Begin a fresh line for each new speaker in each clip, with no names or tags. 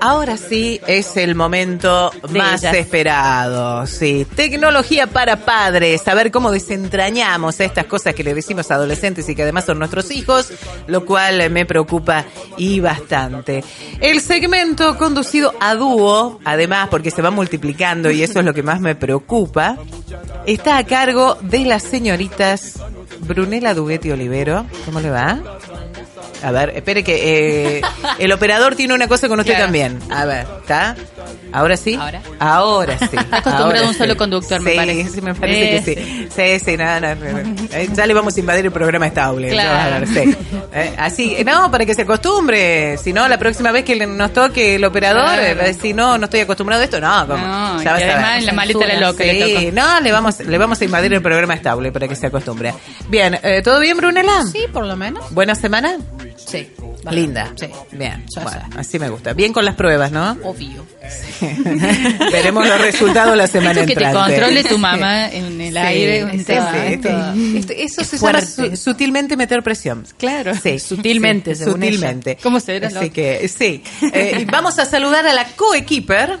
Ahora sí es el momento
De
más
ellas.
esperado. Sí, tecnología para padres, saber cómo desentrañamos estas cosas que le decimos a adolescentes y que además son nuestros hijos, lo cual me preocupa y bastante. El segmento conducido a dúo, además porque se va multiplicando y eso es lo que más me preocupa, está a cargo de las señoritas Brunella Duguetti Olivero. ¿Cómo le va? A ver, espere que eh, el operador tiene una cosa con usted
Claro.
también. A ver, ¿está? ¿Ahora sí?
Ahora.
Ahora sí. Está
acostumbrado a un solo conductor, me parece.
Sí, me parece que sí. Sí, sí, nada, nada. Eh, Ya le vamos a invadir el programa estable. ya vas a ver,
Claro.
sí. Eh, así, no, para que se acostumbre. Si no, la próxima vez que le- nos toque el operador,
Claro.
eh, si no, no estoy acostumbrado a esto, no. como-
No,
ya vas
y
a ver.
además en la maleta la loca le
Sí,
toca.
no, le vamos, le vamos a invadir el programa estable para que se acostumbre. Bien, eh, ¿todo bien, Brunella?
Sí, por lo menos.
¿Buena semana?
Sí.
Linda.
Sí.
Bien.
Ya
Bueno,
sé.
así me gusta. Bien con las pruebas, ¿no?
Obvio.
Veremos los resultados la semana
Esto que te
entrante.
controle tu mamá en el
Sí,
aire. en
sí,
todo,
sí,
en
sí.
todo.
Esto- eso se llama
este, fuerte.
su- sutilmente meter presión.
Claro.
Sí,
Sutilmente,
sí,
según ella.
sutilmente.
¿Cómo será,
Así
loco?
que sí. Eh, y vamos a saludar a la coequiper,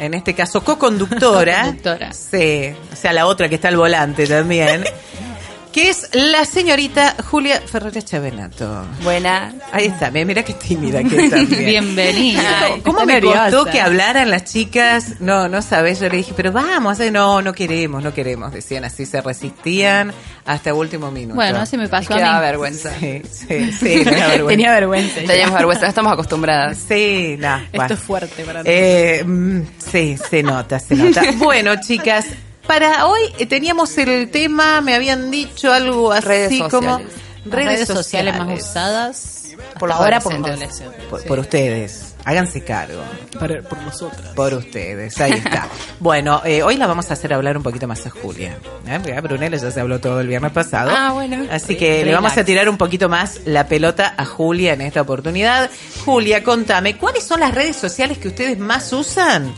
en este caso co-conductora.
Co-conductora.
Sí, o sea, la otra que está al volante también. que es la señorita Julia Ferreira Chavenato.
Buena.
Ahí está, mira, mira qué tímida que está. mira.
Bienvenida.
Ay, ¿Cómo
Está
me
nerviosa.
costó que hablaran las chicas? No, no sabes. Yo le dije, pero vamos. eh, No, no queremos, no queremos. Decían así, se resistían hasta último minuto.
Bueno, así me pasó
Es que
a
da
mí.
vergüenza.
Sí, sí, sí, me da vergüenza.
Tenía vergüenza.
Teníamos vergüenza, no estamos acostumbradas.
Sí, no, bueno.
es fuerte para
Eh, mm, sí, se nota, se nota. bueno, chicas, para hoy eh, teníamos el tema, me habían dicho algo así
Redes
como
sociales.
Las redes, sociales más usadas.
Por los
ahora por los
adolescentes.
adolescentes.
Por,
sí.
por ustedes, háganse cargo. por ustedes, ahí está. bueno, eh, hoy la vamos a hacer hablar un poquito más a Julia. ¿eh? Porque a Brunello ya se habló todo el viernes pasado.
Ah, bueno.
Así que le
Relax.
vamos a tirar un poquito más la pelota a Julia en esta oportunidad. Julia, contame, ¿cuáles son las redes sociales que ustedes más usan?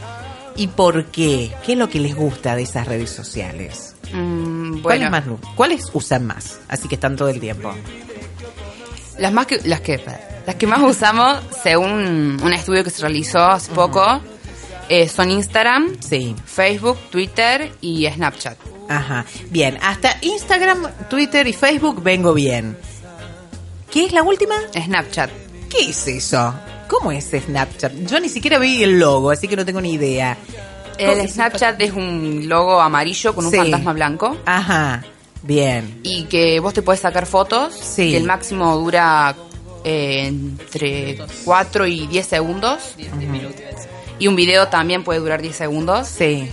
¿Y por qué? ¿Qué es lo que les gusta de esas redes sociales?
Mm,
¿Cuáles,
bueno,
más, nu- ¿Cuáles usan más? Así que están todo el tiempo.
las más que las que las que más usamos, según un estudio que se realizó hace poco, eh, son Instagram,
Sí.
Facebook, Twitter y Snapchat.
Ajá. Bien, hasta Instagram, Twitter y Facebook vengo bien. ¿Qué es la última?
Snapchat.
¿Qué es eso? ¿Cómo es Snapchat? Yo ni siquiera vi el logo, así que no tengo ni idea.
El Snapchat es un logo amarillo con un
Sí.
fantasma blanco
Ajá. Bien.
y que vos te puedes sacar fotos.
Sí.
Que el máximo dura eh, entre 4 y 10 segundos. Y un video también puede durar 10 segundos.
Sí.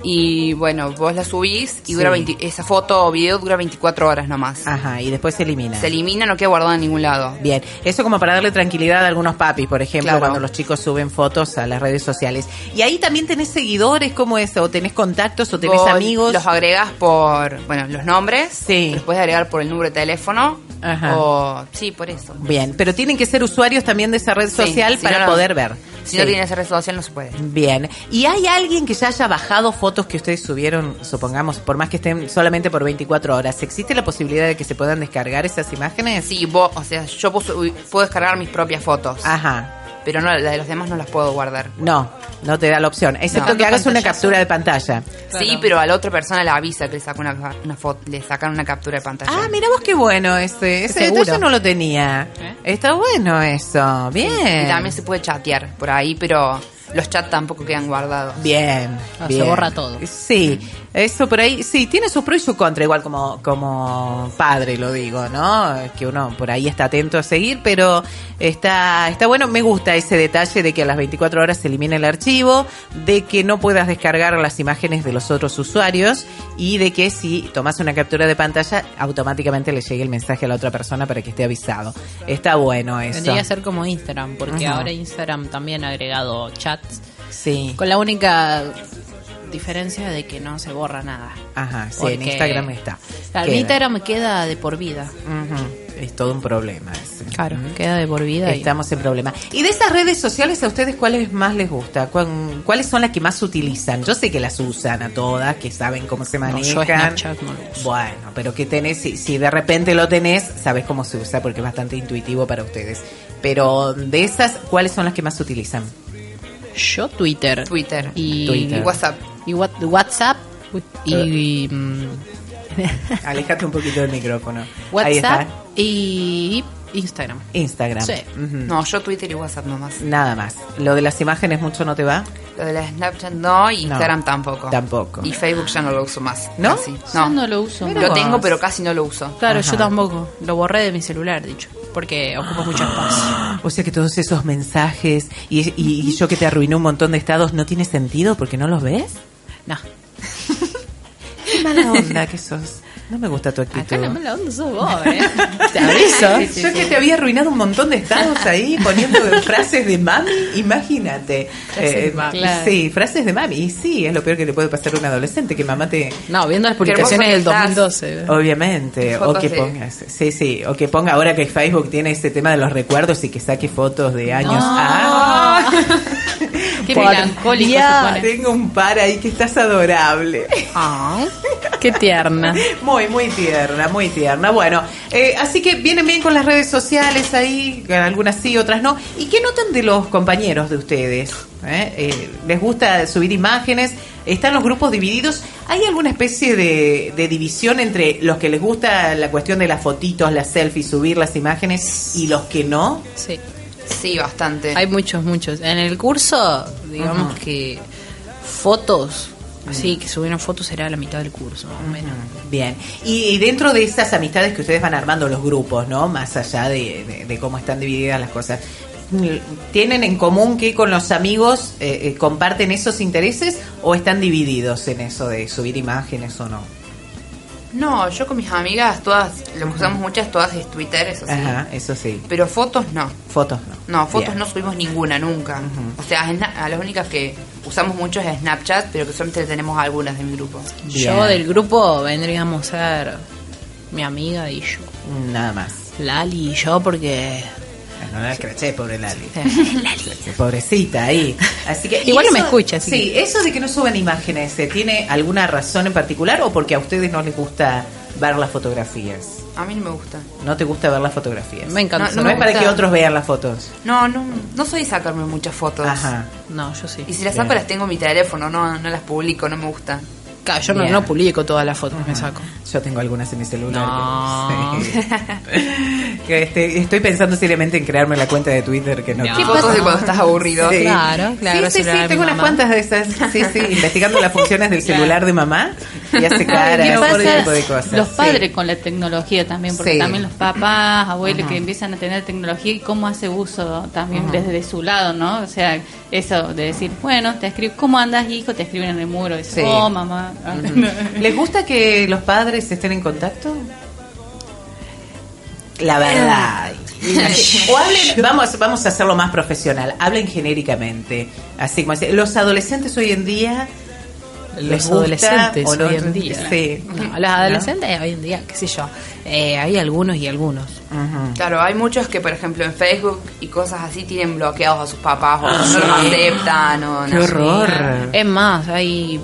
Y bueno, vos la subís y dura
Sí.
20 esa foto o video dura 24 horas nomás.
Ajá. Y después se elimina.
Se elimina, no queda guardada en ningún lado.
Bien, eso como para darle tranquilidad a algunos papis, por ejemplo,
Claro.
cuando los chicos suben fotos a las redes sociales. Y ahí también tenés seguidores, ¿cómo es? ¿O tenés contactos? ¿O tenés
Vos
amigos?
Los agregas por, bueno, los nombres.
Sí.
Los puedes agregar por el número de teléfono.
Ajá.
O, sí, por eso.
Bien, pero tienen que ser usuarios también de esa red
Sí,
social
si
para
no, no.
poder ver.
Si
Sí.
no tienes red social no se puede.
Bien. ¿Y hay alguien que ya haya bajado fotos que ustedes subieron, supongamos, por más que estén solamente por 24 horas? ¿Existe la posibilidad de que se puedan descargar esas imágenes?
Sí, vos, o sea, yo puedo, sub- puedo descargar mis propias fotos.
Ah. Ajá.
Pero no, la de los demás no las puedo guardar.
No, no te da la opción. Excepto
No.
que hagas una
Pantallazo.
captura de pantalla.
Sí, pero a la otra persona le avisa que le sacó una, una foto, le sacan una captura de pantalla.
Ah, mira vos qué bueno ese. Ese
Seguro.
detalle no lo tenía.
¿Eh?
Está bueno eso. Bien.
Y también se puede chatear por ahí, pero los chats tampoco quedan guardados.
Bien,
Ah, se
bien.
borra todo.
Sí, eso por ahí, sí, tiene su pro y su contra, igual como, como padre lo digo, ¿no? Que uno por ahí está atento a seguir, pero está, está bueno, me gusta ese detalle de que a las 24 horas se elimina el archivo, de que no puedas descargar las imágenes de los otros usuarios y de que si tomas una captura de pantalla, automáticamente le llegue el mensaje a la otra persona para que esté avisado. Está bueno eso.
Tendría que ser como Instagram, porque
Ajá.
ahora Instagram también ha agregado chats.
Sí.
Con la única diferencia de que no se borra nada.
Ajá, sí, en
Porque-
Instagram está. Queda.
Claro, En Instagram me queda de por vida.
Ujú. Es todo un problema. ese.
Claro, queda de por vida. y-
Estamos en problema. ¿Y de esas redes sociales a ustedes cuáles más les gusta? ¿Cuán- ¿Cuáles son las que más utilizan? Yo sé que las usan a todas, que saben cómo se
No,
manejan.
yo Snapchat no lo uso.
Bueno, pero que tenés, si, si de repente lo tenés, sabes cómo se usa porque es bastante intuitivo para ustedes. Pero de esas, ¿cuáles son las que más utilizan?
Yo Twitter.
Twitter.
Y
Twitter.
WhatsApp.
Y what- WhatsApp. Y, mm,
Alejate un poquito del micrófono. Ahí está.
WhatsApp y Instagram.
Instagram.
Sí.
Ujú.
No, yo Twitter y WhatsApp nomás.
Nada más. ¿Lo de las imágenes mucho no te va?
Lo de la Snapchat no y
No.
Instagram tampoco.
Tampoco.
Y Facebook ya no lo uso más.
¿No?
Casi.
Yo
No.
no lo uso.
Mira
Lo
vos.
tengo, pero casi no lo uso.
Claro,
Ajá.
yo tampoco. Lo borré de mi celular, dicho. Porque ocupa mucho espacio.
O sea que todos esos mensajes y, y- y yo que te arruiné un montón de estados no tiene sentido porque no los ves.
No.
Qué mala onda que sos. No me gusta tu actitud.
Acá la mala onda sos vos, ¿eh?
Te aviso.
Sí, sí,
yo
sí.
que te había arruinado un montón de estados ahí poniendo frases de mami, imagínate. Eh,
Frases de mami. Claro.
Sí, frases de mami. Y sí, es lo peor que le puede pasar a un adolescente, que mamá te...
No, viendo las
Qué hermoso
publicaciones
que
del
estás.
2012.
Oh. Obviamente, o
Fotos
que
de-
pongas, sí, sí, o que ponga ahora que Facebook tiene este tema de los recuerdos y que saque fotos de años.
No.
Ah.
Qué
Por
melancólico
Dios,
se pone.
Tengo un par ahí que estás adorable. Ah.
Qué tierna.
Muy, muy tierna, muy tierna. Bueno, eh, así que vienen bien con las redes sociales ahí, con algunas sí, otras no. ¿Y qué notan de los compañeros de ustedes? ¿Eh? Eh, les gusta subir imágenes? ¿Están los grupos divididos? ¿Hay alguna especie de, de división entre los que les gusta la cuestión de las fotitos, las selfies, subir las imágenes y los que no?
Sí.
Sí, bastante.
Hay muchos, muchos. En el curso, digamos
Ujú.
que fotos, así que subieron fotos era la mitad del curso, más o menos.
Bien, y, y dentro de esas amistades que ustedes van armando los grupos, ¿no? Más allá de, de- de cómo están divididas las cosas, ¿tienen en común que con los amigos eh, eh, comparten esos intereses o están divididos en eso de subir imágenes o no?
No, yo con mis amigas, todas, lo que usamos muchas, todas es Twitter, eso sí.
Ajá, eso sí.
Pero fotos no.
Fotos no.
No, fotos
Bien.
no subimos ninguna nunca. O sea, es na- a las únicas que usamos mucho es Snapchat, pero que solamente tenemos algunas de mi grupo.
Bien.
Yo del grupo vendríamos a ser mi amiga y yo.
Nada más.
Lali y yo porque... eh,
No la escraché, pobre Lali. Pobrecita ahí. Así que, y
Igual no me
eso-
escucha, así
Sí, eso de que no suban imágenes, ¿eh? ¿tiene alguna razón en particular o porque a ustedes no les gusta ver las fotografías?
A mí no me gusta.
No te gusta ver las fotografías.
Me encanta.
No,
No,
me
es para
gusta.
que otros vean las fotos.
No, no, no soy de sacarme muchas fotos.
Ajá.
No, yo sí.
Y si las saco
Bien.
las tengo en mi teléfono, no, no las publico, no me gusta.
Claro, yo no,
Bien.
no publico todas las fotos que me saco.
Yo tengo algunas en mi celular. pero-
No.
sí. Que este, estoy pensando seriamente en crearme la cuenta de Twitter que no.
No.
tengo.
Fotos
pasa?
de cuando estás aburrido.
Sí.
Claro, claro,
Sí, sí, sí,
celular de mi
tengo unas
mamá.
cuantas de esas. Sí, sí, investigando las funciones del celular de mamá y hace cara,
¿Qué
todo
pasa?
tipo de cosas.
Los
Sí.
padres con la tecnología también, porque
Sí.
también los papás, abuelos que empiezan a tener tecnología y cómo hace uso también desde su lado, ¿no? O sea, eso de decir, bueno, te escribo, ¿cómo andas, hijo? Te escriben en el muro, dices,
Sí.
oh, mamá.
¿Les gusta que los padres estén en contacto? La verdad. O hablen, vamos, vamos a hacerlo más profesional. Hablen genéricamente. Así como así. los adolescentes hoy en día. ¿les
los
gusta
adolescentes
o no?
hoy en día.
Sí.
No, los adolescentes hoy en día, qué sé yo. Eh, hay algunos y algunos.
Ujú.
Claro, hay muchos que, por ejemplo, en Facebook y cosas así tienen bloqueados a sus papás o no los aceptan o
Ah, Qué
no.
horror.
Es más, hay,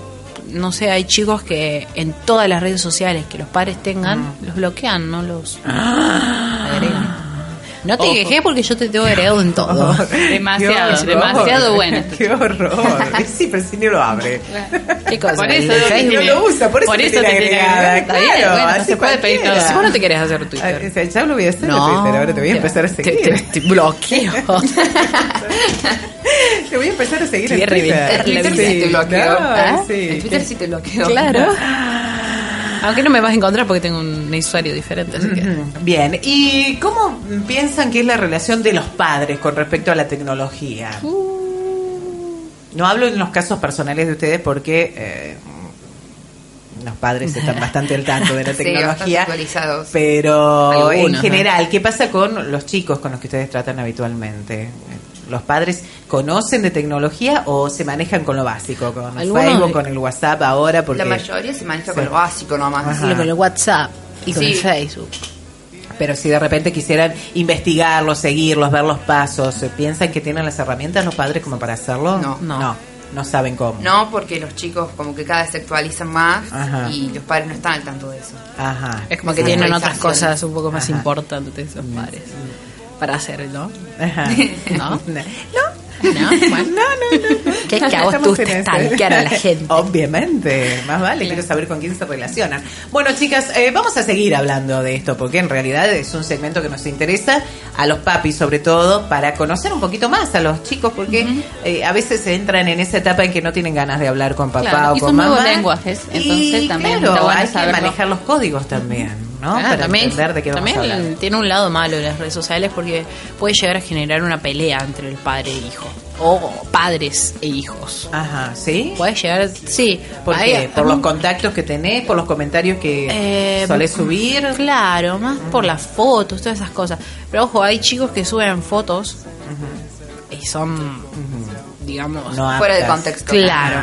no sé, hay chicos que en todas las
Mm. Ah.
redes sociales que los padres tengan, los bloquean, no los agregan. No te
Ojo.
quejes porque yo te tengo heredado en todo.
Demasiado,
Qué horror.
demasiado bueno. esto.
Qué horror. Sí, pero si no lo abre.
¿Qué cosa?
Por
El
eso,
Facebook.
no lo usa, por eso te tiene
tiene
agregada,
Está bien,
claro,
bueno, no
así
se puede pedir
cualquiera.
todo.
Si vos no te querés hacer
Ah,
Twitter.
o sea, ya lo voy a hacer en
No,
Twitter, ahora te voy a empezar a
te-
seguir.
Te, te bloqueo.
Te voy a empezar a seguir
Te voy
en
a reventar
Twitter.
la
Twitter
vida.
sí te bloqueo.
no,
¿Ah?
sí.
En Twitter sí te bloqueo.
claro.
Ah.
Aunque no me vas a encontrar porque tengo un usuario diferente, así que.
Bien, ¿y cómo piensan que es la relación de los padres con respecto a la tecnología?
Uh.
No hablo en los casos personales de ustedes porque eh, los padres están bastante al tanto de la
Sí, bastante
tecnología,
actualizados.
pero en
Algunos,
general, ¿qué pasa con los chicos con los que ustedes tratan habitualmente? ¿Los padres conocen de tecnología o se manejan con lo básico? Con
Algunos-
Facebook, con el WhatsApp ahora, porque...
La mayoría se maneja
Sí.
con lo básico nomás.
Ajá.
Solo con el WhatsApp y con
Sí.
el Facebook.
Pero si de repente quisieran investigarlos, seguirlos, ver los pasos, ¿eh? ¿piensan que tienen las herramientas los padres como para hacerlo?
No.
no.
No.
No, saben cómo.
No, porque los chicos como que cada vez se actualizan más
Ajá.
y los padres no están al tanto de eso.
Ajá.
Es como que tienen otras cosas un poco más
Ajá.
importantes los padres para hacer, ¿no?
Ajá.
¿No?
No.
¿No?
No,
Bueno,
no, no, no.
Que-
No
que a vos te
estamos
gusta
en ese.
stalkear a la gente.
Obviamente, más vale, quiero saber con quién se relacionan. Bueno, chicas, eh, vamos a seguir hablando de esto porque en realidad es un segmento que nos interesa a los papis, sobre todo, para conocer un poquito más a los chicos, porque eh, a veces entran en esa etapa en que no tienen ganas de hablar con papá
Claro,
o
y
con
son
mamá.
nuevos lenguajes, entonces
Y,
también
claro,
está bueno
hay que
saberlo.
manejar los códigos también, ¿no?
Ah,
para entender de qué vamos a
también
hablar.
tiene un lado malo las redes sociales porque puede llegar a generar una pelea entre el padre e hijo o padres e hijos.
Ajá, ¿sí?
Puede llegar, a- sí,
¿Por
hay-
qué? ¿Por los contactos que tenés? ¿Por los comentarios que
Eh,
solés subir?
Claro, más por las fotos, todas esas cosas. Pero ojo, hay chicos que suben fotos y son, digamos,
No
Fuera de
aptas.
contexto.
claro.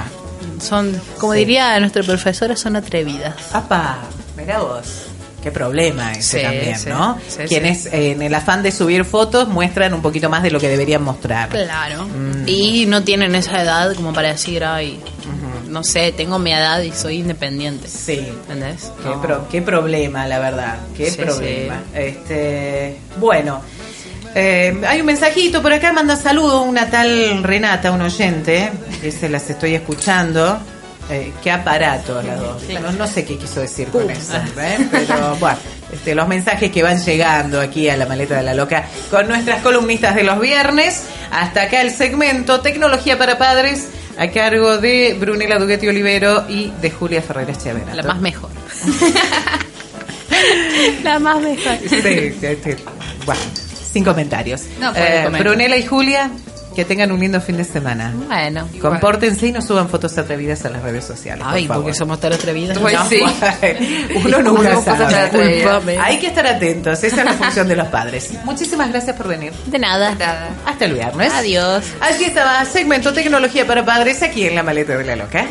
Son, como
Sí.
diría nuestra profesora, son atrevidas.
Apa, mirá vos. Qué problema ese
Sí,
también,
sí,
¿no?
sí,
Quienes eh, en el afán de subir fotos muestran un poquito más de lo que deberían mostrar.
Claro. Y no tienen esa edad como para decir, ay, no sé, tengo mi edad y soy independiente.
Sí.
¿Entendés?
Qué,
No.
pro- qué problema, la verdad. Qué
Sí,
problema. Este, bueno, eh, hay un mensajito por acá, manda saludo una tal Renata, un oyente, que se las estoy escuchando. Eh, qué aparato las dos. No, no sé qué quiso decir con eso, ¿eh? pero bueno. Este, los mensajes que van llegando aquí a la maleta de la loca con nuestras columnistas de los viernes. Hasta acá el segmento Tecnología para Padres a cargo de Brunela Duguetti Olivero y de Julia Ferreras Chavera.
La más mejor. la más mejor.
Sí, sí, sí. Bueno, sin comentarios.
No puede
Eh,
comentar.
Brunella y Julia, que tengan un lindo fin de semana.
Bueno.
Compórtense y no suban fotos atrevidas a las redes sociales.
Ay,
por favor.
porque somos tan atrevidas.
Pues
No.
sí.
Uno
Hacemos
nunca
cosas para
sabe.
atrevidas.
Discúlpame.
Hay que estar atentos. Esa es la función de los padres. Muchísimas gracias por venir.
De nada.
Nada.
Hasta el viernes.
Adiós.
Así estaba. Segmento Tecnología para Padres aquí en La Maleta de la Loca.